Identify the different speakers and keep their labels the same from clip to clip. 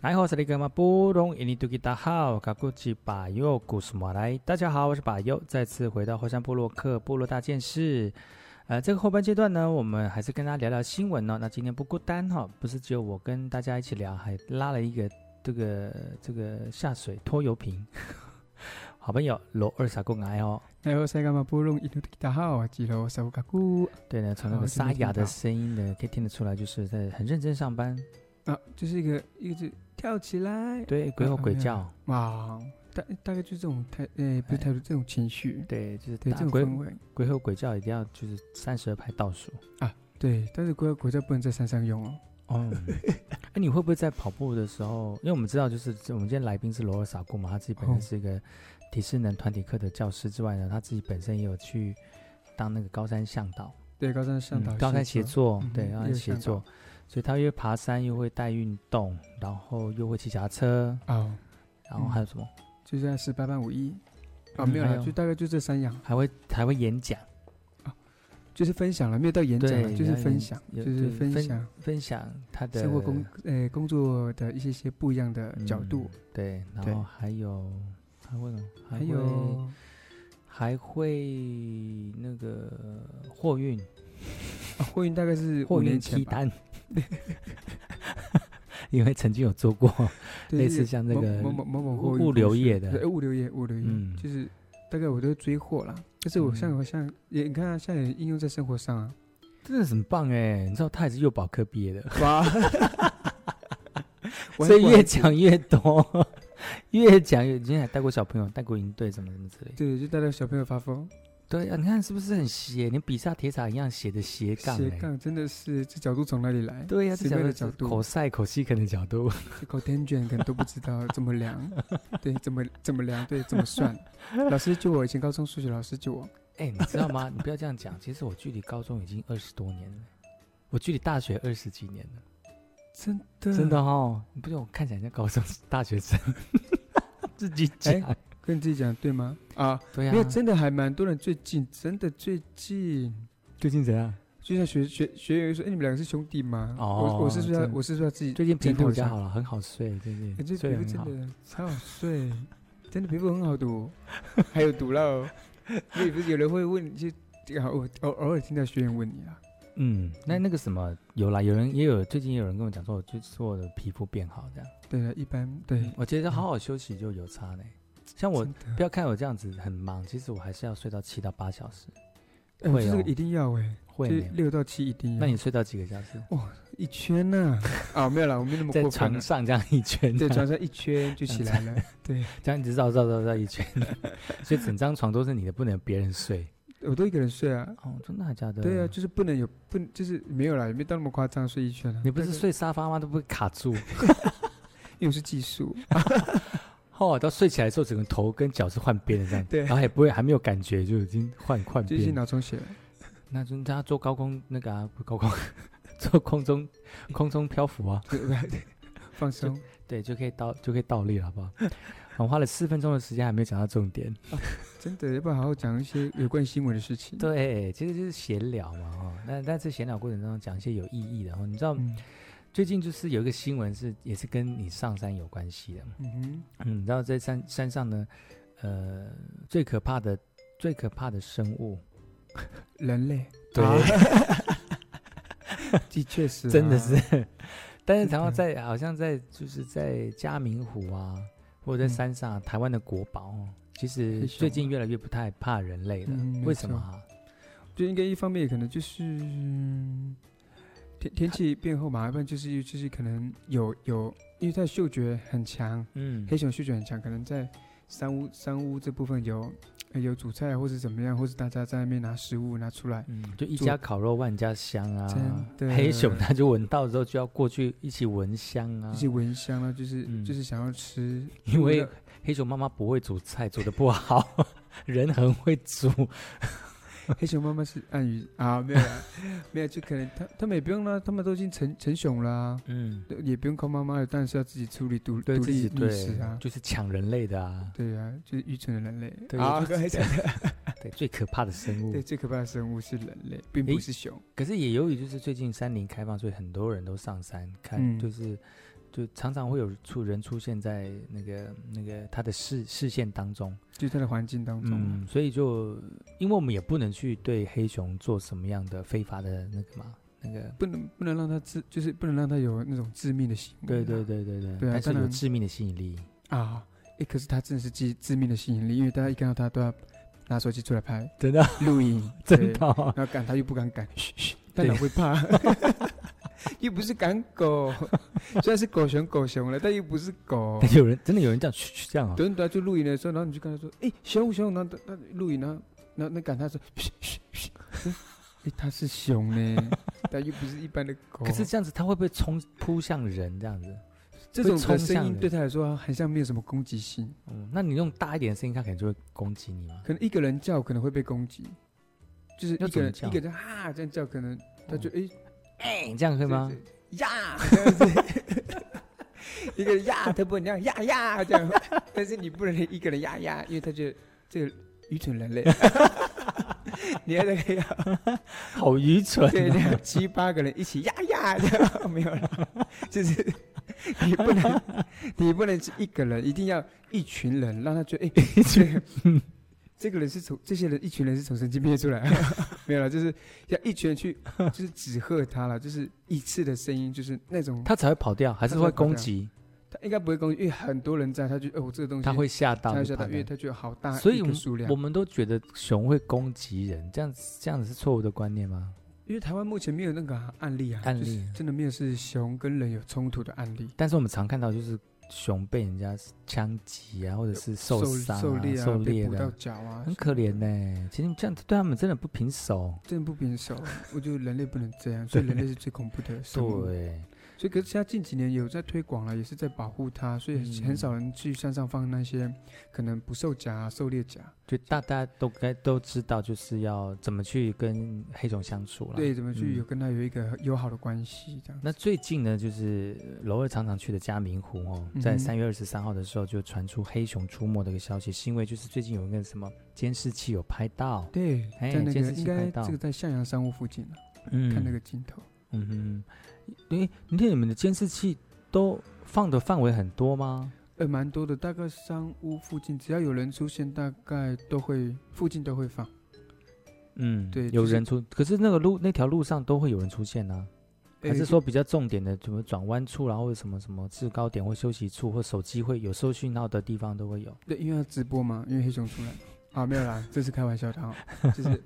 Speaker 1: 来好，这里格玛布隆伊尼杜吉达好，卡古吉巴尤古苏马来。大家好，我是巴尤，再次回到后山部落克部落大件事。呃，这个后半阶段呢，我们还是跟大家聊聊新闻哦。那今天不孤单哈、不是只有我跟大家一起聊，还拉了一个这个这个下水拖油瓶， 好朋友罗二傻公来哦。
Speaker 2: 然后塞干嘛不弄一路的大号，啊几楼手卡库
Speaker 1: 对呢，从那
Speaker 2: 好
Speaker 1: 个
Speaker 2: 我真
Speaker 1: 沙
Speaker 2: 的
Speaker 1: 哑
Speaker 2: 听
Speaker 1: 的
Speaker 2: 到
Speaker 1: 声音呢，可以听得出来，就是在很认真上班，
Speaker 2: 啊，就是一个一个字跳起来，
Speaker 1: 对，鬼吼鬼叫。
Speaker 2: 哇，大大概就是这种态，呃，不是态度，这种情绪，
Speaker 1: 对，就是
Speaker 2: 对
Speaker 1: 哎打
Speaker 2: 这种
Speaker 1: 鬼
Speaker 2: 氛围
Speaker 1: 鬼吼鬼叫一定要就是三十二拍倒数。
Speaker 2: 啊，对，但是国家国家不能在山上用哦，
Speaker 1: 哦，哎，你会不会在跑步的时候？因为我们知道，就是我们今天来宾是罗尔萨库嘛，他自己本身
Speaker 2: 哦
Speaker 1: 是一个体适能团体课的教师之外呢，他自己本身也有去当那个高山向导，
Speaker 2: 对，高山向导，
Speaker 1: 嗯高山协，作，
Speaker 2: 嗯
Speaker 1: 对，
Speaker 2: 也有
Speaker 1: 高山协
Speaker 2: 向
Speaker 1: 作，所以他又会爬山，又会带运动，然后又会骑脚踏车，
Speaker 2: 哦，
Speaker 1: 然后还有什么？
Speaker 2: 就是在十八般武艺，啊，
Speaker 1: 嗯
Speaker 2: 没有
Speaker 1: 还
Speaker 2: 了，
Speaker 1: 有
Speaker 2: 就大概就这三样，
Speaker 1: 还会还会演讲，
Speaker 2: 就是分享了，没有到演讲了，
Speaker 1: 对
Speaker 2: 就是
Speaker 1: 然后
Speaker 2: 分
Speaker 1: 演
Speaker 2: 享，
Speaker 1: 有
Speaker 2: 就是
Speaker 1: 对
Speaker 2: 分享
Speaker 1: 分享他的
Speaker 2: 生活工，呃，工作的一些些不一样的角度，
Speaker 1: 嗯对，然
Speaker 2: 对
Speaker 1: 后还有还会呢，
Speaker 2: 还
Speaker 1: 会
Speaker 2: 有
Speaker 1: 还会那个货运
Speaker 2: 啊货运大概是
Speaker 1: 货
Speaker 2: 五
Speaker 1: 运
Speaker 2: 年前
Speaker 1: 批
Speaker 2: 吧，
Speaker 1: 单， 因为曾经有做过，
Speaker 2: 对
Speaker 1: 类
Speaker 2: 就
Speaker 1: 似
Speaker 2: 是
Speaker 1: 像那
Speaker 2: 某
Speaker 1: 个
Speaker 2: 某某某某
Speaker 1: 物
Speaker 2: 货运
Speaker 1: 物流
Speaker 2: 公司
Speaker 1: 业的
Speaker 2: 对物流业，物流业，
Speaker 1: 嗯
Speaker 2: 就是大概我都追货啦。但是我像
Speaker 1: 嗯
Speaker 2: 我像也你看啊，现在也应用在生活上啊，
Speaker 1: 真的很棒哎！你知道他也是幼保科毕业的，
Speaker 2: 哇，我还
Speaker 1: 所以
Speaker 2: 不好
Speaker 1: 越
Speaker 2: 意思
Speaker 1: 讲越多， 越讲越。你今天还带过小朋友，带过营队，怎么怎么之类的。
Speaker 2: 对，就带到小朋友发疯，
Speaker 1: 对啊，你看是不是很斜？连比萨铁塔一样斜的斜杠
Speaker 2: 斜
Speaker 1: 哎。
Speaker 2: 杠真的是这角度从哪里来？
Speaker 1: 对呀、
Speaker 2: 什
Speaker 1: 这
Speaker 2: 么
Speaker 1: 讲
Speaker 2: 样
Speaker 1: 的
Speaker 2: 的角
Speaker 1: 口
Speaker 2: 度，
Speaker 1: 塞口西肯的角度。
Speaker 2: 这口天卷可能都不知道怎么量，对，怎么怎么量，对，怎么算？ 老师救我，以前高中数学老师救我，
Speaker 1: 哎、你知道吗？ 你不要这样讲，其实我距离高中已经二十多年了，我距离大学二十几年了。
Speaker 2: 真的
Speaker 1: 真的，哦，你不是我看起来像高中大学生， 自己讲、
Speaker 2: 跟自己讲对吗？啊，
Speaker 1: 对呀、
Speaker 2: 没有，真的还蛮多人最近，真的最近。
Speaker 1: 最近怎样？
Speaker 2: 就像学学学员说：“哎、你们两个是兄弟吗？”
Speaker 1: 哦
Speaker 2: 我我是说
Speaker 1: 真
Speaker 2: 要
Speaker 1: 的
Speaker 2: 我是说要自己
Speaker 1: 最近皮
Speaker 2: 监督
Speaker 1: 肤
Speaker 2: 一
Speaker 1: 比较
Speaker 2: 下
Speaker 1: 好了，很好睡，最近、
Speaker 2: 哎，这
Speaker 1: 睡得
Speaker 2: 皮肤
Speaker 1: 很
Speaker 2: 真
Speaker 1: 好。
Speaker 2: 的超好睡，真的皮肤很好读，还有 毒了。所以不是有人会问，就这个我偶偶尔听到学员问你啊，
Speaker 1: 嗯，那那个什么，有啦，有人也有，最近也有人跟我讲说，我就是我的皮肤变好这样。
Speaker 2: 对啊，一般对，
Speaker 1: 我觉得好好休息就有差呢。像嗯我，
Speaker 2: 真的
Speaker 1: 不要看我这样子很忙，其实我还是要睡到七到八小时，
Speaker 2: 哎我觉
Speaker 1: 会
Speaker 2: 得这
Speaker 1: 哦
Speaker 2: 个一定要哎，
Speaker 1: 会
Speaker 2: 就
Speaker 1: 呢。
Speaker 2: 六到七一定要。
Speaker 1: 那你睡到几个小时？
Speaker 2: 一圈 呢？啊，没有啦，我没那么
Speaker 1: 在
Speaker 2: 过分
Speaker 1: 床
Speaker 2: 啊。
Speaker 1: 上这样一圈，
Speaker 2: 对，床上一圈就起 来了。对，
Speaker 1: 这样一直绕绕绕绕一 圈，所以整张床都是你的，不能别人睡。
Speaker 2: 我都一个人睡啊。
Speaker 1: 哦，真的还假的？
Speaker 2: 对啊，就是不能有不就是没有啦，也没到那么夸张，睡一圈啊。
Speaker 1: 你不是
Speaker 2: 大概
Speaker 1: 睡沙发吗？都不会卡住。
Speaker 2: 因为我是 技术，
Speaker 1: 后来到睡起来的时候，整个头跟脚是换边的这样，
Speaker 2: 对
Speaker 1: 然后也不会还没有感觉就已经换换
Speaker 2: 就是
Speaker 1: 边。
Speaker 2: 脑充血。
Speaker 1: 那就是他做高空那个啊，不高空， 做空中空中漂浮啊，
Speaker 2: 放松。
Speaker 1: 对，就可以倒就可以倒立了，好不好？我们花了四分钟的时间还没有讲到重点。
Speaker 2: 真的，要不要好好讲一些有关新闻的事情？，
Speaker 1: 对，啊其实就是闲聊嘛，哦，那但是闲聊过程中讲一些有意义的，哦，你知道
Speaker 2: 嗯
Speaker 1: 最近就是有一个新闻是也是跟你上山有关系的，
Speaker 2: 嗯哼，
Speaker 1: 嗯，你知道在山山上呢，呃，最可怕的最可怕的生物，
Speaker 2: 人类啊
Speaker 1: 对，
Speaker 2: 的确是啊，
Speaker 1: 真的是。 但是
Speaker 2: 真
Speaker 1: 台湾
Speaker 2: 的
Speaker 1: 在好像在就是在嘉明湖啊，或者在
Speaker 2: 嗯
Speaker 1: 山上啊、台湾的国宝哦，其实
Speaker 2: 黑
Speaker 1: 最
Speaker 2: 熊
Speaker 1: 近
Speaker 2: 啊
Speaker 1: 越来越不太怕人类了，
Speaker 2: 嗯没
Speaker 1: 为什么
Speaker 2: 错
Speaker 1: 啊？
Speaker 2: 就应该一方面可能就是嗯天天气变后嘛，要不然就是就是可能有有，因为它的嗅觉很强，
Speaker 1: 嗯
Speaker 2: 黑熊嗅觉很强，可能在山屋山屋这部分有呃有煮菜或是怎么样，或是大家在那边拿食物拿出来，
Speaker 1: 嗯，就一家烤肉万家香啊，
Speaker 2: 真的
Speaker 1: 黑熊它就闻到之后就要过去一起闻香啊
Speaker 2: 一，起闻香啊，就是、
Speaker 1: 嗯
Speaker 2: 就是想要吃，
Speaker 1: 因为黑熊妈妈不会煮菜，煮的不好， 人很会煮，
Speaker 2: 黑熊妈妈是暗语 啊，没有啦没有，就可能他他们也不用啦，他们都已经成成熊啦、
Speaker 1: 嗯，
Speaker 2: 也不用靠妈妈了，但是要自己处理独独
Speaker 1: 对自
Speaker 2: 立
Speaker 1: 己
Speaker 2: 觅食
Speaker 1: 对
Speaker 2: 啊，，
Speaker 1: 就是抢人类的啊，
Speaker 2: 对啊，就是愚蠢的人类。
Speaker 1: 对
Speaker 2: 啊，
Speaker 1: 就是
Speaker 2: 刚才讲的，
Speaker 1: 对，最可怕的生物
Speaker 2: 对，。最可怕的生物是人类，并
Speaker 1: 诶
Speaker 2: 不是熊。
Speaker 1: 可是也由于就是最近山林开放，所以很多人都上山看，
Speaker 2: 嗯
Speaker 1: 就是就常常会有出人出现在那个那个他的视视线当中，
Speaker 2: 就是它的环境当中啊，
Speaker 1: 嗯，所以就因为我们也不能去对黑熊做什么样的非法的那个嘛，那个。
Speaker 2: 不能不能让它致，就是不能让它有那种致命的行为
Speaker 1: 对
Speaker 2: 啊。
Speaker 1: 对对对对，
Speaker 2: 对啊
Speaker 1: 但是
Speaker 2: 当
Speaker 1: 有
Speaker 2: 然
Speaker 1: 致命的吸引力，
Speaker 2: 啊，哎，可是它真的是致致命的吸引力，因为大家一看到它都要拿手机出来拍
Speaker 1: 真的啊
Speaker 2: 录影，
Speaker 1: 真
Speaker 2: 对
Speaker 1: 的哦、
Speaker 2: 然后赶它又不敢赶，嘘嘘，大
Speaker 1: 对
Speaker 2: 脑会怕。 又不是赶狗，虽然是狗熊狗熊了，但又不是 狗。
Speaker 1: 但有人真的有人这样嘘嘘这样哦，
Speaker 2: 等啊等，就录影的时候，然后你就跟他说：“哎、熊熊。”然后他他录影，然后那那赶他说：“嘘嘘 嘘。嗯”哎、它是熊呢，但又不是一般的狗。
Speaker 1: 可是这样子他会不会冲扑向人这样子？
Speaker 2: 这种
Speaker 1: 会冲
Speaker 2: 的
Speaker 1: 向
Speaker 2: 声音
Speaker 1: 人
Speaker 2: 对他来说好像没有什么攻击性，
Speaker 1: 嗯，那你用大一点的声音，他可能就会攻击你嘛。
Speaker 2: 可能一个人叫可能会被攻击，就是
Speaker 1: 要
Speaker 2: 一个人
Speaker 1: 怎么叫
Speaker 2: 一个人哈这样叫，可能他就哎、
Speaker 1: 哎、这样可以吗？
Speaker 2: 这？这呀， 这样子一个人呀，他不能这样呀呀这样， 但是你不能一个人呀呀，因为他觉得这个愚蠢人类， 你还在可以啊
Speaker 1: 好愚蠢、
Speaker 2: 对，
Speaker 1: 啊！
Speaker 2: 两七八个人一起呀呀的， 没有了，就是 你不能，你不能是一个人，一定要一群人，让他觉得哎， 一群这个人是从这些人一群人是从神经病出来，没有了， 就是要一群人去，就是指喝他了，就是一次的声音，就是那种
Speaker 1: 他才会跑掉，还是
Speaker 2: 他才
Speaker 1: 会
Speaker 2: 会跑
Speaker 1: 攻
Speaker 2: 掉
Speaker 1: 击？
Speaker 2: 他应该不会攻击，因为很多人在，他就哦这个东西，
Speaker 1: 他会吓到
Speaker 2: 他
Speaker 1: 你
Speaker 2: 会
Speaker 1: 跑掉，
Speaker 2: 吓到，因为他觉得好大
Speaker 1: 所以
Speaker 2: 一
Speaker 1: 我
Speaker 2: 个
Speaker 1: 们
Speaker 2: 数量
Speaker 1: 我，们都觉得熊会攻击人，这样子这样子是错误的观念吗？
Speaker 2: 因为台湾目前没有那个案例啊，
Speaker 1: 案
Speaker 2: 就是
Speaker 1: 例啊
Speaker 2: 真的没有是熊跟人有冲突的案例。
Speaker 1: 但是我们常看到就是熊被人家枪击啊，或者是受伤、
Speaker 2: 狩猎啊，
Speaker 1: 狩
Speaker 2: 被
Speaker 1: 猎
Speaker 2: 捕到
Speaker 1: 的，
Speaker 2: 脚啊，
Speaker 1: 很可怜呢、其实这样子对他们真的不平手。
Speaker 2: 真的不平手。我觉得人类不能这 样，所以人类是最恐怖的生物。
Speaker 1: 对，
Speaker 2: 所以可是现在近几年有在推广了，也是在保护它，所以
Speaker 1: 嗯
Speaker 2: 很少人去山上放那些可能不受夹、啊、狩猎夹。
Speaker 1: 就大大家都该都知道，就是要怎么去跟黑熊相处了。
Speaker 2: 对，怎么去
Speaker 1: 嗯
Speaker 2: 有跟它有一个友好的关系这样。
Speaker 1: 那最近呢，就是楼二常常去的嘉明湖哦，在
Speaker 2: 嗯哼
Speaker 1: 三月二十三号的时候就传出黑熊出没的一个消息，是因为就是最近有一个什么监视器有拍到，
Speaker 2: 对，
Speaker 1: 哎
Speaker 2: 在那
Speaker 1: 监
Speaker 2: 个
Speaker 1: 视器
Speaker 2: 应
Speaker 1: 拍
Speaker 2: 该
Speaker 1: 到
Speaker 2: 这个在向阳山屋附近了，
Speaker 1: 嗯
Speaker 2: 看那个镜头。
Speaker 1: 嗯嗯嗯，对，你看你们的监视器都放的范围很多吗？
Speaker 2: 呃，蛮多的，大概山屋附近，只要有人出现，大概都会附近都会放。
Speaker 1: 嗯，
Speaker 2: 对
Speaker 1: 有
Speaker 2: 就是
Speaker 1: 人出，可是那个路那条路上都会有人出现啊呢、还
Speaker 2: 哎
Speaker 1: 是说比较重点的，什么转弯处，然后什么什么制高点或休息处或手机会有收讯号的地方都会有。
Speaker 2: 对，因为要直播嘛，因为黑熊出来啊，没有啦，这是开玩笑的 啊，就是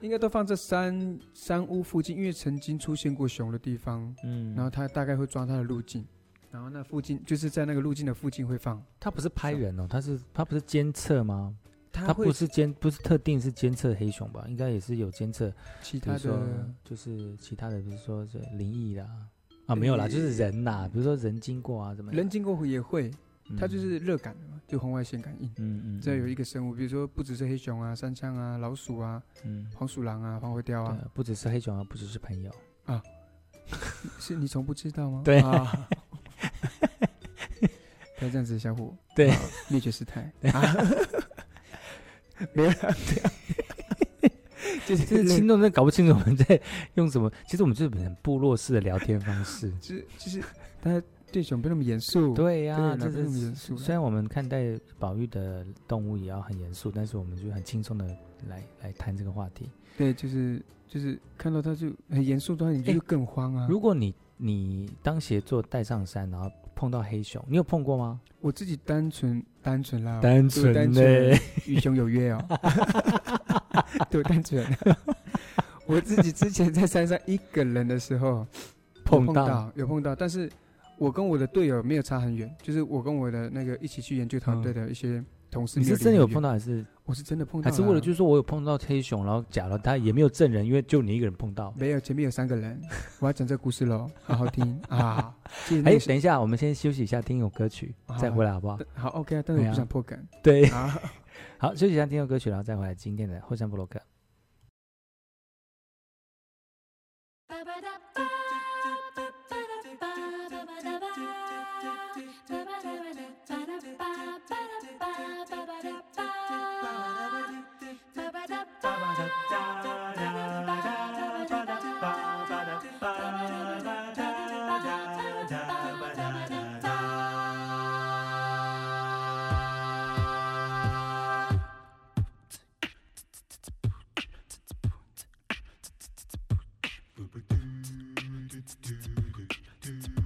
Speaker 2: 应该都放这山山屋附近，因为曾经出现过熊的地方，
Speaker 1: 嗯，
Speaker 2: 然后它大概会抓它的路径，然后那附近就是在那个路径的附近会放，
Speaker 1: 他不是拍人哦，他是他不是监测吗？
Speaker 2: 啊它
Speaker 1: 它
Speaker 2: 会
Speaker 1: 不是监，不是特定是监测黑熊吧？应该也是有监测，
Speaker 2: 其
Speaker 1: 比
Speaker 2: 他
Speaker 1: 如说
Speaker 2: 的
Speaker 1: 就是其他的，比如说是灵异啦，啊没有啦，就是人呐，比如说人经过啊怎么样，
Speaker 2: 人经过也会，
Speaker 1: 嗯
Speaker 2: 它就是热感的嘛，就红外线感应。
Speaker 1: 嗯嗯，
Speaker 2: 只要有
Speaker 1: 嗯
Speaker 2: 一个生物，比如说不只是黑熊啊、山羌啊、老鼠啊、
Speaker 1: 嗯，
Speaker 2: 黄鼠狼啊、黄灰貂
Speaker 1: 对
Speaker 2: 啊，
Speaker 1: 啊，不只是黑熊啊，不只是朋友，
Speaker 2: 是你从不知道吗？
Speaker 1: 对
Speaker 2: 啊，不要这样子，小虎。
Speaker 1: 对
Speaker 2: 啊，灭绝师太。 啊没有啦，对啊 就是。
Speaker 1: 这是 听众真的搞不清楚我们在用什么，其实我们就是很部落式的聊天方式
Speaker 2: 就是就是，大家对熊不要那么严肃。
Speaker 1: 对呀、
Speaker 2: 对啦
Speaker 1: 这
Speaker 2: 不要那么严
Speaker 1: 是
Speaker 2: 肃啦
Speaker 1: 虽然我们看待保育的动物也要很严肃，但是我们就很轻松的来来谈这个话题。
Speaker 2: 对，就是就是看到他就很严肃的话，你
Speaker 1: 哎
Speaker 2: 就更慌啊。
Speaker 1: 如果你你当协作带上山，然后碰到黑熊，你有碰过吗？
Speaker 2: 我自己单纯单纯啦，
Speaker 1: 单
Speaker 2: 纯啊单纯 嘞与熊有约哦，对，单纯。我自己之前在山上一个人的时候，有
Speaker 1: 碰到
Speaker 2: 到有碰到，但是我跟我的队友没有差很远，就是我跟我的那个一起去研究团队的一些同事
Speaker 1: 嗯你
Speaker 2: 没
Speaker 1: 是
Speaker 2: 离
Speaker 1: 真的
Speaker 2: 很
Speaker 1: 有
Speaker 2: 远
Speaker 1: 碰到，还是
Speaker 2: 我是真的碰到
Speaker 1: 还
Speaker 2: 了啊，
Speaker 1: 是为了就是说我有碰到黑熊，然后假了他也没有证人，因为就你一个人碰到。
Speaker 2: 没有前面有三 个人，我要讲这个故事喽，好好听啊。其实那
Speaker 1: 哎，
Speaker 2: 个是
Speaker 1: 等一下，我们先休息一下，听一首歌曲，再回来好不好？
Speaker 2: 好 OK 啊，但是我
Speaker 1: 对啊
Speaker 2: 不想破梗
Speaker 1: 对，
Speaker 2: 啊。
Speaker 1: 好，休息一下，听一首歌曲，然后再回来今天的后山部落格。
Speaker 3: Ba-ba-doo-doo-doo.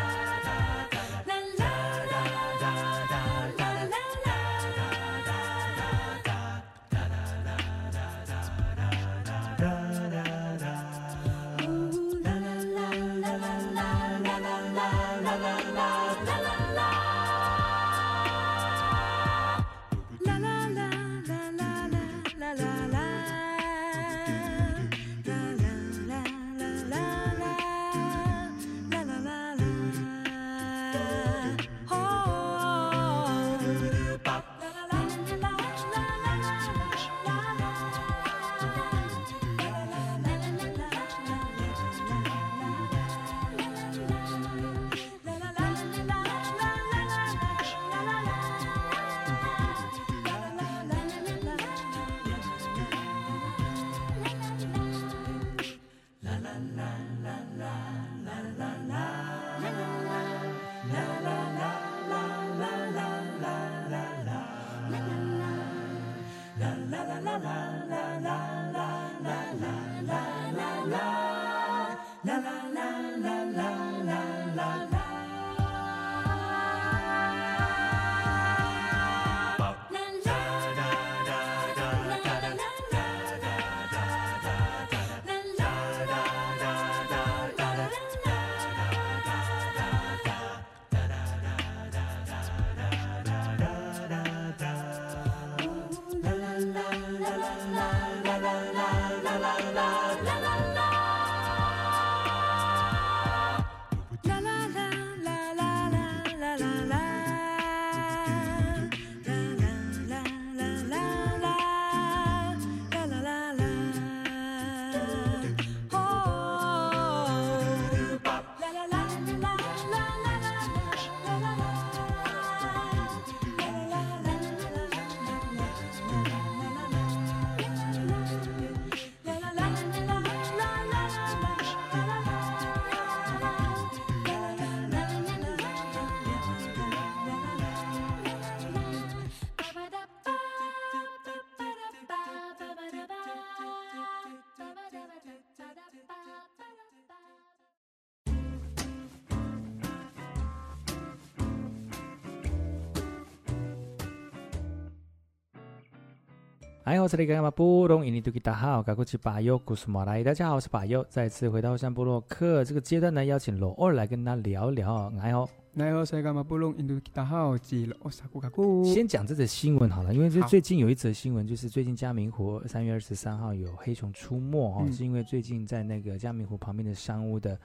Speaker 1: 哎，我是那个嘛布隆伊尼杜吉达好，嘎古吉巴尤古苏马来，大家好，我是巴尤，再次回到山部落客这个阶段呢，邀请罗二来跟大家聊聊。哎哦，
Speaker 2: 然后谁干嘛不弄印度吉他号吉了？哦，傻咕嘎咕。
Speaker 1: 先讲这则新闻好了，因为这
Speaker 2: 好
Speaker 1: 最近有一则新闻，就是最近嘉明湖三月二十三号有黑熊出没哦，
Speaker 2: 嗯
Speaker 1: 是因为最近在那个嘉明湖旁边的山屋的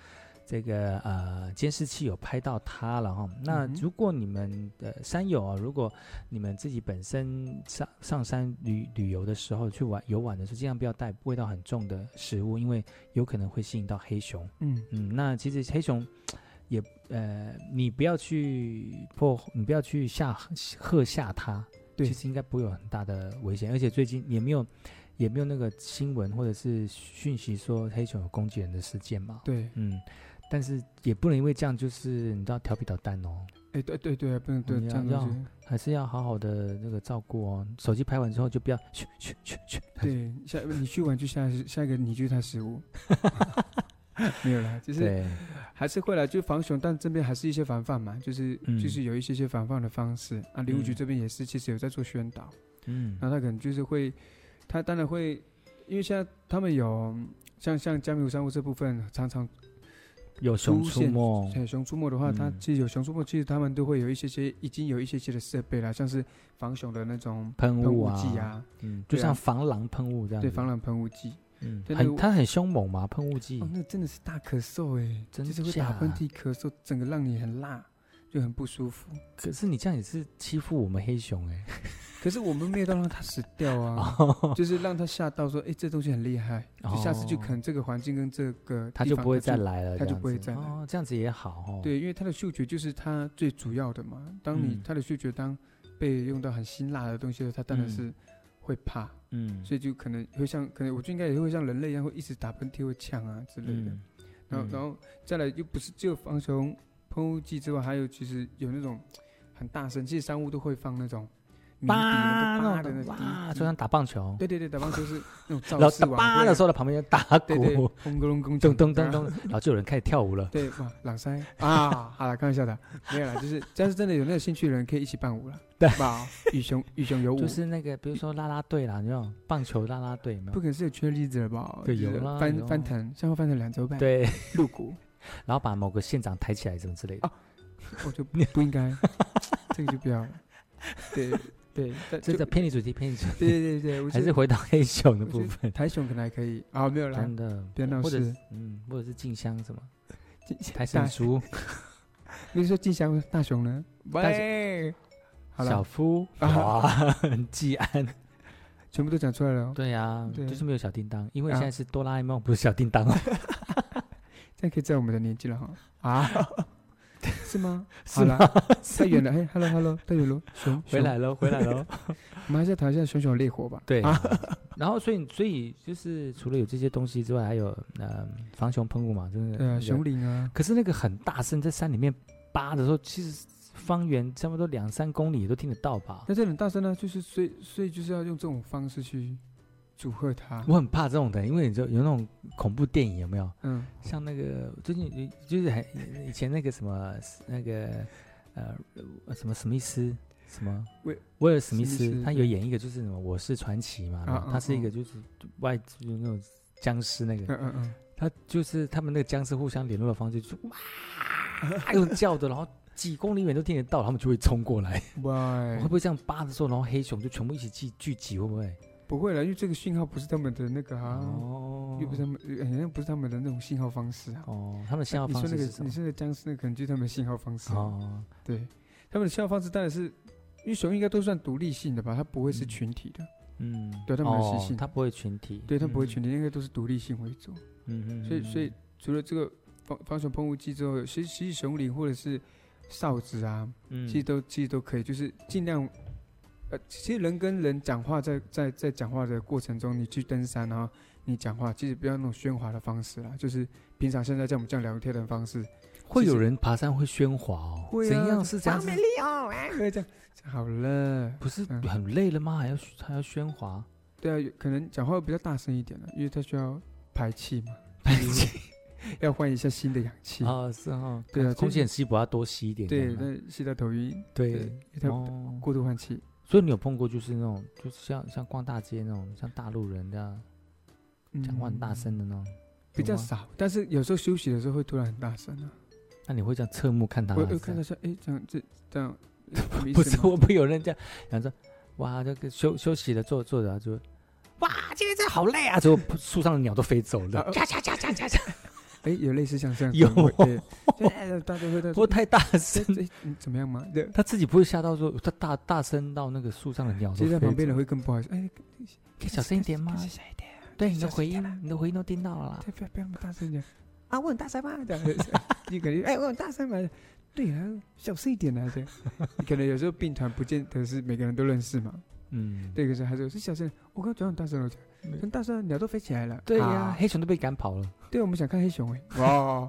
Speaker 1: 这个呃监视器有拍到它了哈、哦那
Speaker 2: 嗯哼
Speaker 1: 如果你们的、山友啊，如果你们自己本身上上山旅旅游的时候去玩游玩的时候，尽量不要带味道很重的食物，因为有可能会吸引到黑熊。
Speaker 2: 嗯，
Speaker 1: 嗯，那其实黑熊也呃，你不要去破，你不要去吓吓吓它，
Speaker 2: 对
Speaker 1: 其实应该不会有很大的危险。而且最近也没有也没有那个新闻或者是讯息说黑熊有攻击人的事件嘛。
Speaker 2: 对，
Speaker 1: 嗯，但是也不能因为这样就是你知道调皮捣蛋哦，
Speaker 2: 哎，对对对，不能对
Speaker 1: 你
Speaker 2: 这
Speaker 1: 要
Speaker 2: 样
Speaker 1: 要
Speaker 2: 子。
Speaker 1: 还是要好好的那个照顾哦。手机拍完之后就不要去去去去，
Speaker 2: 对，下你去玩就下下一个你就是他食物。没有啦，就 是
Speaker 1: 对，
Speaker 2: 还是会啦，就防熊，但这边还是一些防范嘛，就是、
Speaker 1: 嗯
Speaker 2: 就是有一些些防范的方式啊。林务局
Speaker 1: 嗯
Speaker 2: 这边也是，其实有在做宣导，
Speaker 1: 嗯
Speaker 2: 那、他可能就是会，他当然会，因为现在他们有像像江湖商务这部分，常常
Speaker 1: 有熊
Speaker 2: 出
Speaker 1: 出
Speaker 2: 现
Speaker 1: 没，
Speaker 2: 对熊出没的话，它
Speaker 1: 嗯
Speaker 2: 其实有熊出没，其实他们都会有一些些已经有一些些的设备啦，像是防熊的那种
Speaker 1: 喷
Speaker 2: 喷
Speaker 1: 雾
Speaker 2: 雾
Speaker 1: 啊，
Speaker 2: 剂啊，
Speaker 1: 嗯，就
Speaker 2: 对啊
Speaker 1: 像防狼喷雾这样子，
Speaker 2: 对，防狼喷雾剂。
Speaker 1: 嗯，
Speaker 2: 真的
Speaker 1: 很
Speaker 2: 我
Speaker 1: 它很凶猛嘛，喷雾剂
Speaker 2: 哦，，那真的是大咳嗽哎，
Speaker 1: 嗯真
Speaker 2: 就是会
Speaker 1: 假
Speaker 2: 打喷嚏、咳嗽，整个让你很辣，就很不舒服。
Speaker 1: 可是你这样也是欺负我们黑熊哎、
Speaker 2: 可是我们没有到让它死掉啊，
Speaker 1: 哦，
Speaker 2: 就是让它吓到说，哎，这东西很厉害，就下次就
Speaker 1: 哦
Speaker 2: 可能这个环境跟这个
Speaker 1: 它
Speaker 2: 地
Speaker 1: 就
Speaker 2: 方
Speaker 1: 不会再。来了，
Speaker 2: 它
Speaker 1: 这
Speaker 2: 就
Speaker 1: 样
Speaker 2: 不会
Speaker 1: 子
Speaker 2: 再来
Speaker 1: 哦，这样子也好哦。，
Speaker 2: 对，因为它的嗅觉就是它最主要的嘛。当你
Speaker 1: 嗯
Speaker 2: 它的嗅觉当被用到很辛辣的东西的时候，它当
Speaker 1: 嗯
Speaker 2: 然是会怕。
Speaker 1: 嗯，
Speaker 2: 所以就可能会像，可能我就应该也会像人类一样，会一直打喷嚏、会呛啊之类的。
Speaker 1: 嗯
Speaker 2: 然后，
Speaker 1: 嗯
Speaker 2: 然后再来，又不是只有防熊喷雾剂之外，还有其实有那种很大声，其实山屋都会放那种鸣笛
Speaker 1: 嗯叭
Speaker 2: 那个
Speaker 1: 那
Speaker 2: 叭的
Speaker 1: 种的
Speaker 2: 那种嗯
Speaker 1: 哇，
Speaker 2: 笛
Speaker 1: 就像打棒球，
Speaker 2: 对对对，打棒球是
Speaker 1: 然
Speaker 2: 那种造
Speaker 1: 后
Speaker 2: 势
Speaker 1: 打
Speaker 2: 晚
Speaker 1: 叭
Speaker 2: 会啊
Speaker 1: 的时候，旁边就打
Speaker 2: 对对，
Speaker 1: 鼓，
Speaker 2: 轰隆隆，
Speaker 1: 咚咚咚。咚，然后就有人开始跳舞了。
Speaker 2: 对，哇，朗塞啊， 好了，开玩笑的，没有啦，就是，但是真的有那个兴趣的人可以一起伴舞了，
Speaker 1: 对
Speaker 2: 吧？与熊 与熊有舞，
Speaker 1: 就是那个，比如说啦啦队啦，那种棒球啦啦队有没
Speaker 2: 不
Speaker 1: 有？
Speaker 2: 可能是有缺例子了吧？
Speaker 1: 对
Speaker 2: 就是
Speaker 1: 有啦有
Speaker 2: 翻
Speaker 1: 啊
Speaker 2: 翻腾，向后翻腾两周半，，
Speaker 1: 对，
Speaker 2: 露骨，
Speaker 1: 然后把某个县长抬起来，什么之类的
Speaker 2: 啊。我就不不应该，这个就不要了。对对， 但
Speaker 1: 这
Speaker 2: 就
Speaker 1: 叫偏离主题，偏离主题，
Speaker 2: 对对对，我觉
Speaker 1: 还是
Speaker 2: 得
Speaker 1: 回到黑熊的
Speaker 2: 我
Speaker 1: 部
Speaker 2: 觉得
Speaker 1: 分。
Speaker 2: 台熊可能还可以啊，没有啦，
Speaker 1: 真的，
Speaker 2: 别闹
Speaker 1: 或者
Speaker 2: 事
Speaker 1: 是嗯，或者是静香什么
Speaker 2: 静
Speaker 1: 台神叔、
Speaker 2: 比如说静香大熊呢？
Speaker 1: 大
Speaker 2: 喂，好
Speaker 1: 小
Speaker 2: 了，
Speaker 1: 夫
Speaker 2: 啊
Speaker 1: 哇，季 安，
Speaker 2: 全部都讲出来了哦，
Speaker 1: 对呀，
Speaker 2: 对
Speaker 1: 就是没有小叮当，因为
Speaker 2: 啊
Speaker 1: 现在是哆啦 A 梦，不是小叮当哦，
Speaker 2: 这样可以在我们的年纪了哈 啊，是吗？
Speaker 1: 是
Speaker 2: 好了
Speaker 1: 吗？，
Speaker 2: 太远了，嘿，hello hello，太远了，熊
Speaker 1: 回，来喽，回来喽，
Speaker 2: 熊我们还是要谈一下熊熊烈火吧。
Speaker 1: 对
Speaker 2: 啊，
Speaker 1: 然后所以所以就是除了有这些东西之外，还有呃防熊喷雾嘛，真的
Speaker 2: 对啊，熊，岭啊，
Speaker 1: 可是那个很大声，在山里面扒的时候，其实方圆差不多两三公里都听得到吧。
Speaker 2: 那这很大声呢，啊就是所以所以就是要用这种方式去祝贺它。
Speaker 1: 我很怕这种的，因为你知道有那种恐怖电影有没有？
Speaker 2: 嗯，
Speaker 1: 像那个最近就是很以前那个什么那个呃什么史密斯什么
Speaker 2: 威
Speaker 1: 威尔史密
Speaker 2: 史密
Speaker 1: 斯，
Speaker 2: 斯
Speaker 1: 他
Speaker 2: 对
Speaker 1: 有演一个就是什么《我是传奇》嘛，
Speaker 2: 啊
Speaker 1: 然后
Speaker 2: 啊
Speaker 1: 他是一
Speaker 2: 啊
Speaker 1: 个就是外就是那种僵尸那个，
Speaker 2: 嗯嗯嗯，
Speaker 1: 他就是他们那个僵尸互相联络的方式，就 哇用叫的，然后几公里远都听得到，他们就会冲过来。
Speaker 2: 喂
Speaker 1: 会不，会这样扒着说，然后黑熊就全部一起聚聚集？会不会？
Speaker 2: 不会了，因为这个讯号不是他们的那个啊，
Speaker 1: 哦
Speaker 2: 又不是他们，哎好像不是他们的那种信号方式啊。
Speaker 1: 哦，他们的信号方
Speaker 2: 你
Speaker 1: 式
Speaker 2: 说
Speaker 1: 是
Speaker 2: 那个，
Speaker 1: 什
Speaker 2: 你
Speaker 1: 么？
Speaker 2: 说的僵尸那个，可能就是他们的信号方式啊。
Speaker 1: 哦，
Speaker 2: 对，他们的信号方式当然是，因为熊应该都算独立性的吧，它不会是
Speaker 1: 嗯
Speaker 2: 群体的，
Speaker 1: 嗯，
Speaker 2: 对他们的习
Speaker 1: 哦
Speaker 2: 性
Speaker 1: 他不会群体，
Speaker 2: 对，它不会
Speaker 1: 嗯
Speaker 2: 群体，应该都是独立性为主。
Speaker 1: 嗯嗯，
Speaker 2: 所以，所以
Speaker 1: 嗯
Speaker 2: 除了这个防防熊喷雾剂之后，其实其实熊铃或者是哨子啊，
Speaker 1: 嗯
Speaker 2: 其实都其实都可以，就是尽量。呃，其实人跟人讲话在，在在讲话的过程中，你去登山啊，你讲话其实不要那种喧哗的方式啦，就是平常现在像我们这样聊天的方式，
Speaker 1: 会
Speaker 2: 其
Speaker 1: 有
Speaker 2: 实
Speaker 1: 人爬山会喧哗哦，
Speaker 2: 会啊
Speaker 1: 怎样是怎样
Speaker 2: 王
Speaker 1: 是
Speaker 2: 美丽哦，哎这样好了。
Speaker 1: 不是
Speaker 2: 嗯
Speaker 1: 很累了吗？还要还要喧哗？
Speaker 2: 对啊，有可能讲话会比较大声一点了，因为它需要排气嘛，
Speaker 1: 排气
Speaker 2: 要换一下新的氧 气。
Speaker 1: 啊，是哈，
Speaker 2: 对啊
Speaker 1: 空
Speaker 2: 就
Speaker 1: 气很稀薄，要多吸一点这样
Speaker 2: 对，
Speaker 1: 啊。
Speaker 2: 那吸到头晕，
Speaker 1: 对
Speaker 2: 对，因为它
Speaker 1: 哦，
Speaker 2: 过度换气。
Speaker 1: 所以你有碰过就是那种，就是像像逛大街那种，像大陆人这样讲话很大
Speaker 2: 嗯，
Speaker 1: 声的那种，
Speaker 2: 比较
Speaker 1: 有吗。
Speaker 2: 少，但是有时候休息的时候会突然很大声啊。
Speaker 1: 那你会这样侧目看他
Speaker 2: 我
Speaker 1: 还
Speaker 2: 有
Speaker 1: 是
Speaker 2: 看
Speaker 1: 这
Speaker 2: 到
Speaker 1: 样？
Speaker 2: 说，哎，这样这这样，没意
Speaker 1: 不
Speaker 2: 思
Speaker 1: 是，
Speaker 2: 吗
Speaker 1: 我不有人这样讲说，哇，这个休休息的坐坐着啊就，哇，今天真的好累 啊，结果树上的鸟都飞走了，
Speaker 2: 啊
Speaker 1: 喳喳喳喳喳喳，
Speaker 2: 哎，有类似像这样的
Speaker 1: 有
Speaker 2: 氛围，对，就哎大家会在
Speaker 1: 不过太大声
Speaker 2: 这，这你怎么样嘛？对，
Speaker 1: 他自己不会吓到说他大大声到那个树上的鸟都
Speaker 2: 其实在
Speaker 1: 飞
Speaker 2: 旁边
Speaker 1: 走
Speaker 2: 人
Speaker 1: 了
Speaker 2: 会更不好意思，哎，
Speaker 1: 可以小声一点吗
Speaker 2: 开？始小一点，
Speaker 1: 对，
Speaker 2: 可
Speaker 1: 你
Speaker 2: 以
Speaker 1: 的
Speaker 2: 小声
Speaker 1: 回
Speaker 2: 一点啦
Speaker 1: 音，你的回音都听到了啦。
Speaker 2: 对，不要不要那么大声讲啊，我很大声嘛，这样子， 你感觉哎，我很大声嘛，对啊，小声一点啊，这样， 你可能有时候病团不见得是每个人都认识嘛，
Speaker 1: 嗯，
Speaker 2: 对，可是还是有是小声，我刚刚讲很大声了，
Speaker 1: 没
Speaker 2: 很大声啊，鸟都飞起来了，
Speaker 1: 对
Speaker 2: 啊
Speaker 1: 呀，黑熊都被赶跑了。
Speaker 2: 对，我们想看黑熊哎、哇！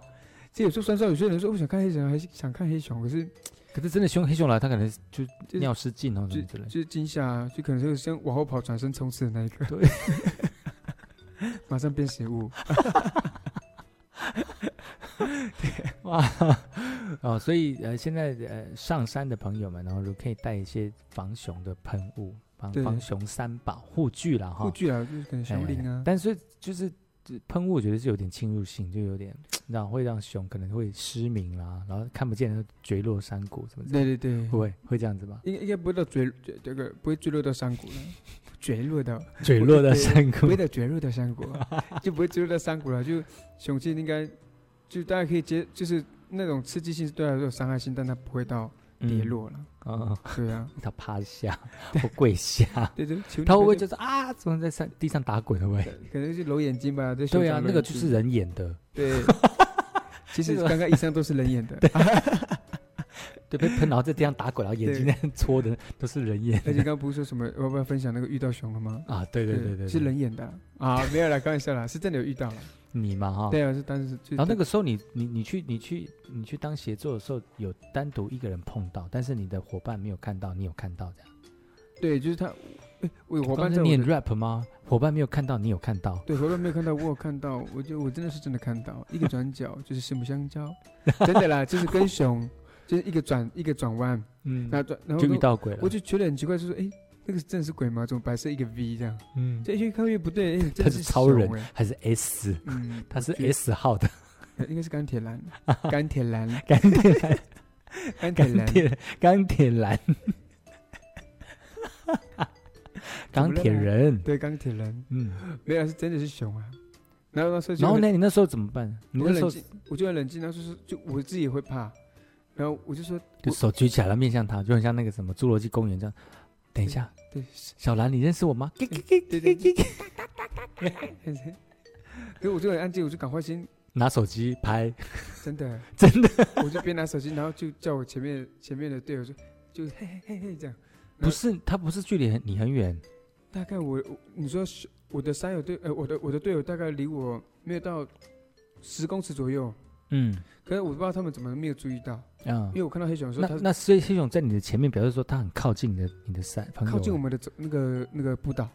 Speaker 2: 这有时候山上有些人说我想看黑熊，还是想看黑熊，可是
Speaker 1: 可是真的凶黑熊来，它可能就
Speaker 2: 就
Speaker 1: 尿失禁哦，什
Speaker 2: 就
Speaker 1: 么之类的。
Speaker 2: 就是惊吓啊，就可能就是先往后跑，转身冲刺的那一个，
Speaker 1: 对，
Speaker 2: 马上变食物。
Speaker 1: 哇， 哦，所以呃，现在呃上山的朋友们，然后如果可以带一些防熊的喷雾，防
Speaker 2: 对
Speaker 1: 防熊三宝护具啦，哈，
Speaker 2: 护具啊，就是可能
Speaker 1: 哎
Speaker 2: 熊铃啊，
Speaker 1: 但是就是呃喷雾，我觉得是有点侵入性，就有点，你知道会让熊可能会失明啦，然后看不见坠落山谷什么之类的，
Speaker 2: 对对对
Speaker 1: 会，不会会这样子吗？
Speaker 2: 应该应该不会到坠坠这个不会坠落到山谷了， 坠 落到
Speaker 1: 坠
Speaker 2: 落
Speaker 1: 落
Speaker 2: 到
Speaker 1: 到
Speaker 2: 山
Speaker 1: 山
Speaker 2: 不
Speaker 1: 谷
Speaker 2: 会，到坠落到山谷啊， 就不会坠落到山谷了。就雄性应该就大家可以接，就是那种刺激性是对它来说有伤害性，但它不会到跌落 了。
Speaker 1: 嗯，嗯，
Speaker 2: 对啊，
Speaker 1: 它趴下或跪下，
Speaker 2: 对对，求
Speaker 1: 啊
Speaker 2: 你
Speaker 1: 它会不
Speaker 2: 不
Speaker 1: 会
Speaker 2: 要
Speaker 1: 就是啊，怎么在山地上打滚？会不会？
Speaker 2: 可能是揉眼睛吧，对手
Speaker 1: 对啊，
Speaker 2: 掌揉
Speaker 1: 那个
Speaker 2: 眼
Speaker 1: 就
Speaker 2: 睛
Speaker 1: 是人演的，
Speaker 2: 对。其实
Speaker 1: 那个
Speaker 2: 刚刚以上都是人演的，
Speaker 1: 对，被喷，然后在地上打滚，然后眼睛
Speaker 2: 对
Speaker 1: 那样搓的，都是人演
Speaker 2: 而且刚刚不是说什么我不要分享那个遇到熊了吗？
Speaker 1: 啊！对对对对，
Speaker 2: 是
Speaker 1: 对
Speaker 2: 人演的啊，没有啦，开玩笑啦，是真的有遇 到了。
Speaker 1: 你嘛哈。
Speaker 2: 对啊，是当时就
Speaker 1: 然后那个时候你你你去你去你去当协作的时候，有单独一个人碰到，但是你的伙伴没有看到，你有看到这样。
Speaker 2: 对，就是他，哎，我伙伴
Speaker 1: 刚
Speaker 2: 在
Speaker 1: 才
Speaker 2: 我
Speaker 1: 念
Speaker 2: 的
Speaker 1: rap 吗？伙伴没有看到，你有看到。
Speaker 2: 对伙伴没有看到，我有看到，我就我真的是真的看到一个转角就是四目 相交，真的啦，就是跟熊就是一个转一个转弯，
Speaker 1: 嗯，
Speaker 2: 然后转然后
Speaker 1: 就遇
Speaker 2: 我
Speaker 1: 到鬼了
Speaker 2: 我。就觉得很奇怪，就是哎，那个真的是鬼吗？怎么白色一个 V 这样？
Speaker 1: 嗯，
Speaker 2: 这越看越不对，哎，真
Speaker 1: 他
Speaker 2: 的
Speaker 1: 是
Speaker 2: 是
Speaker 1: 超人
Speaker 2: 熊哎
Speaker 1: 还是 S，
Speaker 2: 嗯，
Speaker 1: 他是
Speaker 2: 我觉得
Speaker 1: S 号的，
Speaker 2: 应该是钢铁 蓝，钢铁蓝，
Speaker 1: 钢铁 蓝，
Speaker 2: 钢铁
Speaker 1: 钢
Speaker 2: 蓝，
Speaker 1: 铁钢铁 蓝，钢铁人。
Speaker 2: 啊对，钢铁蓝，
Speaker 1: 嗯，
Speaker 2: 没有是真的是熊啊。然后那时候就
Speaker 1: 然后
Speaker 2: 很，
Speaker 1: 呢？你那时候怎么办？你
Speaker 2: 我
Speaker 1: 那
Speaker 2: 就
Speaker 1: 时候
Speaker 2: 冷静，我就很冷静，然后就是就我自己也会怕，然后我就说，
Speaker 1: 就手举起来了，面向他，就很像那个什么侏罗纪公园这样。等一下，
Speaker 2: 对
Speaker 1: 小兰，你认识我吗？叽叽
Speaker 2: 对
Speaker 1: 叽
Speaker 2: 对
Speaker 1: 叽叽叽
Speaker 2: 可是我就很安静，我就赶快先
Speaker 1: 拿手机拍，
Speaker 2: 真的，
Speaker 1: 真的
Speaker 2: 我就边拿手机，然后就叫我前面前面的队友就就嘿嘿嘿嘿这样，
Speaker 1: 不是他不是距离很你很远，
Speaker 2: 大概我我你说是我的山友队呃我的我的队友大概离我没有到十公尺左右，
Speaker 1: 嗯
Speaker 2: 可是我不知道他们怎么没有注意到，
Speaker 1: 啊
Speaker 2: 因，为我看到黑熊的时候，
Speaker 1: 那
Speaker 2: 他
Speaker 1: 那所以黑熊在你的前面，表示说他很靠近你的你的山朋友，
Speaker 2: 靠近我们的走那个那个步道，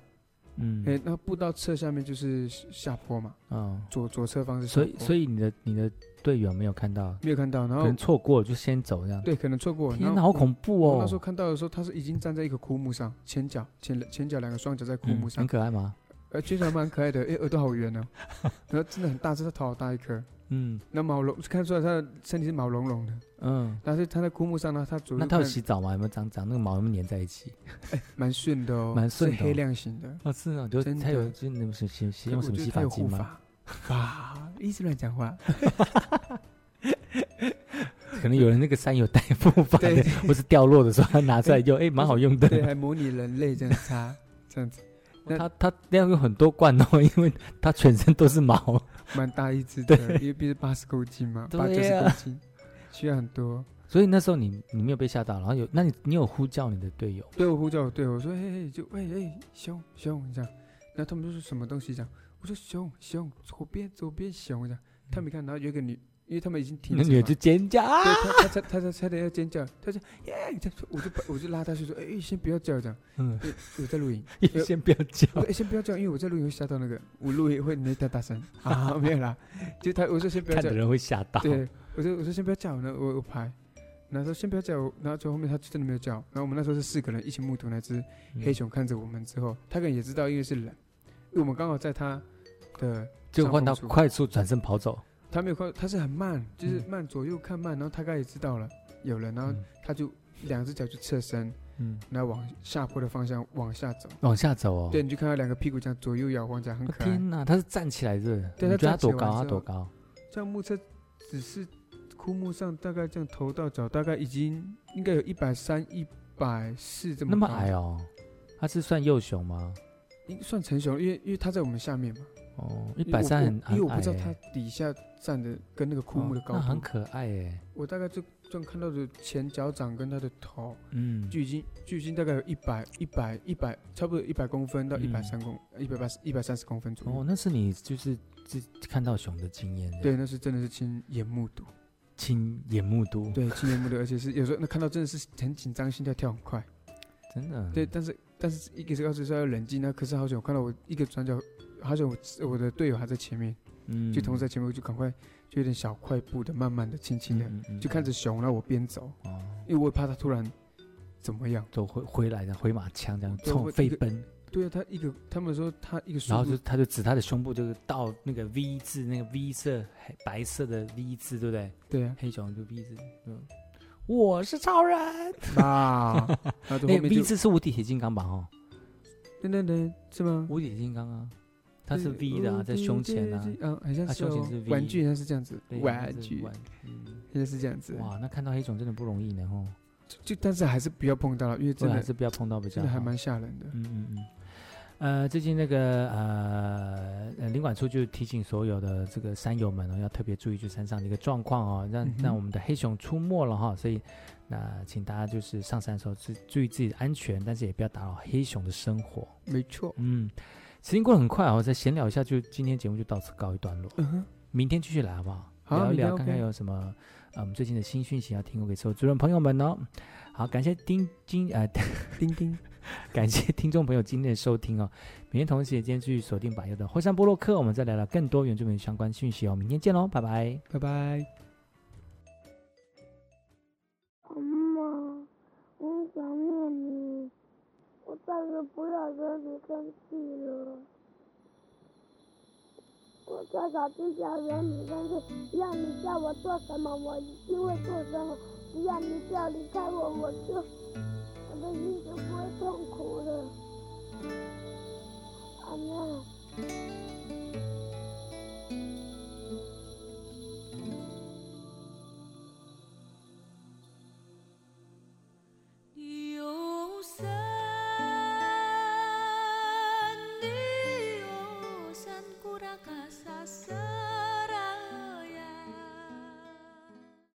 Speaker 1: 嗯
Speaker 2: 哎、那步道侧下面就是下坡嘛，
Speaker 1: 嗯，
Speaker 2: 左左侧方是下
Speaker 1: 所
Speaker 2: 坡，
Speaker 1: 以所以你的你的队友没有看到，
Speaker 2: 没有看到，然
Speaker 1: 可
Speaker 2: 后
Speaker 1: 能错过就先走这样。
Speaker 2: 对可能错过，
Speaker 1: 天
Speaker 2: 然
Speaker 1: 哪，
Speaker 2: 后
Speaker 1: 好恐怖
Speaker 2: 我
Speaker 1: 哦
Speaker 2: 那时！候看到的时候，他是已经站在一个枯木上，前脚前前脚两个双脚在枯
Speaker 1: 嗯
Speaker 2: 木上
Speaker 1: 很，可爱吗？
Speaker 2: 呃，其实还蛮可爱的，哎、耳朵好圆哦，然后真的很大，这个头好大一颗，
Speaker 1: 嗯
Speaker 2: 那毛茸看得出来他的身体是毛茸茸的，
Speaker 1: 嗯，
Speaker 2: 但是他在枯木上呢，他左
Speaker 1: 那
Speaker 2: 右
Speaker 1: 它有
Speaker 2: 看
Speaker 1: 洗澡吗？有没有长长那个毛有没有粘在一起？
Speaker 2: 蛮顺的哦，
Speaker 1: 蛮顺的
Speaker 2: 是
Speaker 1: 哦
Speaker 2: 黑亮型的，
Speaker 1: 哦，是啊，就是
Speaker 2: 真
Speaker 1: 它有
Speaker 2: 的
Speaker 1: 就是那种洗洗洗
Speaker 2: 可
Speaker 1: 用
Speaker 2: 是
Speaker 1: 什么
Speaker 2: 我觉
Speaker 1: 洗
Speaker 2: 得他
Speaker 1: 发
Speaker 2: 有
Speaker 1: 精
Speaker 2: 护
Speaker 1: 吗？
Speaker 2: 发？哇，一直乱 讲话，
Speaker 1: 可能有人那个山有 带护发
Speaker 2: 对
Speaker 1: 的，或是掉落的时候他拿出来用，哎，蛮好用的。
Speaker 2: 对，还模拟人类这样擦，这样子，那
Speaker 1: 他他那样有很多罐哦，因为他全身都是毛。
Speaker 2: 蛮大一只的，因为毕竟八十公斤嘛，八九
Speaker 1: 对
Speaker 2: 十
Speaker 1: 呀
Speaker 2: 公斤，需要很多。
Speaker 1: 所以那时候你你没有被吓到，然后有那你你有呼叫你的队友，
Speaker 2: 对我呼叫我队友，我说嘿嘿，就喂哎熊熊这样，然后他们就说什么东西这样，我说熊熊左边左边熊这样，他没看，然后有一个女，因为他们已经停
Speaker 1: 那
Speaker 2: 止
Speaker 1: 女的
Speaker 2: 嘛
Speaker 1: 就。尖叫啊！
Speaker 2: 对他他差他他差点要尖叫，他说耶，他说我就把我就拉他去说，哎、先不要叫这样，
Speaker 1: 嗯，
Speaker 2: 因为我在录影，
Speaker 1: 先不要叫。
Speaker 2: 我说哎、先不要叫，因为我在录影会吓到那个，我录影会你太大声啊，没有啦，就他我说先不要
Speaker 1: 看
Speaker 2: 叫
Speaker 1: 的，人会吓到。
Speaker 2: 对，我说我说先不要叫，然后我我拍，然后说先不要叫我，然后就后面他就真的没有叫。然后我们那时候是四个人一起目睹那只
Speaker 1: 嗯
Speaker 2: 黑熊看着我们之后，他可能也知道，因为是人，因为我们刚好在他的
Speaker 1: 就换到
Speaker 2: 上风处
Speaker 1: 快速转身跑走，
Speaker 2: 他没有看，他是很慢，就是
Speaker 1: 嗯
Speaker 2: 慢左右看慢，然后他大概也知道了有人，然后
Speaker 1: 嗯
Speaker 2: 他就两只脚就侧身，
Speaker 1: 嗯，
Speaker 2: 然后往下坡的方向往下走。
Speaker 1: 往下走哦。
Speaker 2: 对，你就看到两个屁股这样左右摇晃，这样很
Speaker 1: 哦，
Speaker 2: 可爱。
Speaker 1: 天哪，他是站起来的，
Speaker 2: 对
Speaker 1: 你觉得
Speaker 2: 他
Speaker 1: 他
Speaker 2: 站起
Speaker 1: 多
Speaker 2: 来
Speaker 1: 高？
Speaker 2: 之
Speaker 1: 他
Speaker 2: 后
Speaker 1: 多高？
Speaker 2: 这样目测只是枯木上大概这样头到脚，大概已经应该有一百三、一百四这么
Speaker 1: 那么
Speaker 2: 高
Speaker 1: 矮哦？他是算幼熊吗？
Speaker 2: 应算成熊，因为因为它在我们下面嘛，
Speaker 1: 哦，
Speaker 2: 一
Speaker 1: 一百三很
Speaker 2: 因为
Speaker 1: 很
Speaker 2: 我不
Speaker 1: 矮
Speaker 2: 知道它
Speaker 1: 耶，
Speaker 2: 底下站的跟那个枯木的
Speaker 1: 哦
Speaker 2: 高
Speaker 1: 那很
Speaker 2: 度，
Speaker 1: 可爱耶。
Speaker 2: 我大概就这样看到的前脚掌跟它的头
Speaker 1: 嗯，
Speaker 2: 就已经就已经大概有一百一百一百差不多一百公分到
Speaker 1: 嗯
Speaker 2: 一百三公一百八十一百三十公分左
Speaker 1: 哦
Speaker 2: 右，。
Speaker 1: 那是你就是自看到熊的经验，
Speaker 2: 对，，那是真的是亲眼目睹，
Speaker 1: 哦亲眼目睹，，
Speaker 2: 对，亲眼目睹，而且是有时候那看到真的是很紧张，心跳跳很快。
Speaker 1: 真的，
Speaker 2: 对，，但是但是一个是告诉说要冷静，啊那可是好久我看到我一个转角，好久我我的队友还在前面，
Speaker 1: 嗯
Speaker 2: 就同时在前面，我就赶快就有点小快步的，慢慢的、轻轻的，
Speaker 1: 嗯
Speaker 2: 就看着熊，然后我边走，
Speaker 1: 哦，
Speaker 2: 因为我也怕它突然怎么样。
Speaker 1: 走回回来的回马枪这样
Speaker 2: 对
Speaker 1: 冲
Speaker 2: 我
Speaker 1: 飞
Speaker 2: 一个
Speaker 1: 奔，
Speaker 2: 对啊，他一个他们说他一个
Speaker 1: 然
Speaker 2: 速
Speaker 1: 后就
Speaker 2: 度，
Speaker 1: 他就指他的胸部，就是到那个 V 字，那个 V 色黑白色的 V 字，对不对？
Speaker 2: 对啊，
Speaker 1: 黑熊就 V 字，嗯，我是超人，
Speaker 2: 啊，然后就
Speaker 1: 那个
Speaker 2: 后面
Speaker 1: V
Speaker 2: 就
Speaker 1: 字是无敌铁金刚吧？哦，
Speaker 2: 噔噔噔，是吗？
Speaker 1: 无敌铁金刚啊，它是
Speaker 2: 对
Speaker 1: V 的啊，
Speaker 2: 哦
Speaker 1: 在
Speaker 2: 对
Speaker 1: 胸前啊
Speaker 2: 对，对啊，很像
Speaker 1: 它
Speaker 2: 是
Speaker 1: 胸前
Speaker 2: 哦
Speaker 1: 是 V
Speaker 2: 玩具，好像是这样子
Speaker 1: 对，它
Speaker 2: 玩
Speaker 1: 是
Speaker 2: 具，
Speaker 1: 玩嗯，
Speaker 2: 应该是这样子。
Speaker 1: 哇，那看到黑熊真的不容易呢，哦，
Speaker 2: 就但是还是不要碰到了，因为
Speaker 1: 这
Speaker 2: 真
Speaker 1: 还
Speaker 2: 的
Speaker 1: 是不要碰到比较
Speaker 2: 真的还
Speaker 1: 好
Speaker 2: 蛮吓人的。
Speaker 1: 嗯嗯嗯，呃，最近那个呃，呃领管处就提醒所有的这个山友们哦，要特别注意去山上的一个状况哦，让
Speaker 2: 嗯哼
Speaker 1: 让我们的黑熊出没了哈、所以那请大家就是上山的时候是注意自己的安全，但是也不要打扰黑熊的生活。
Speaker 2: 没错，
Speaker 1: 嗯，时间过得很快哦，再闲聊一下，就今天节目就到此告一段落，
Speaker 2: 嗯哼。
Speaker 1: 明天继续来好不好？聊一
Speaker 2: 好明天
Speaker 1: 聊看看
Speaker 2: OK
Speaker 1: 有什么呃我们最近的新讯息要提供给所有主任朋友们哦。好，感谢丁金呃
Speaker 2: 钉钉，
Speaker 1: 感谢听众朋友今天的收听哦，明天同时也今天继续锁定百优的火山波洛克，我们再聊聊更多原住民相关讯息哦，明天见喽，拜拜。
Speaker 2: 拜拜。
Speaker 3: 好嘛，我想念你，我再也不要惹你生气了。我多少次想惹你生气，要你叫我做什么，我一定会做什么。只要你不要离开我，我就我的心就不会痛苦了。阿妹，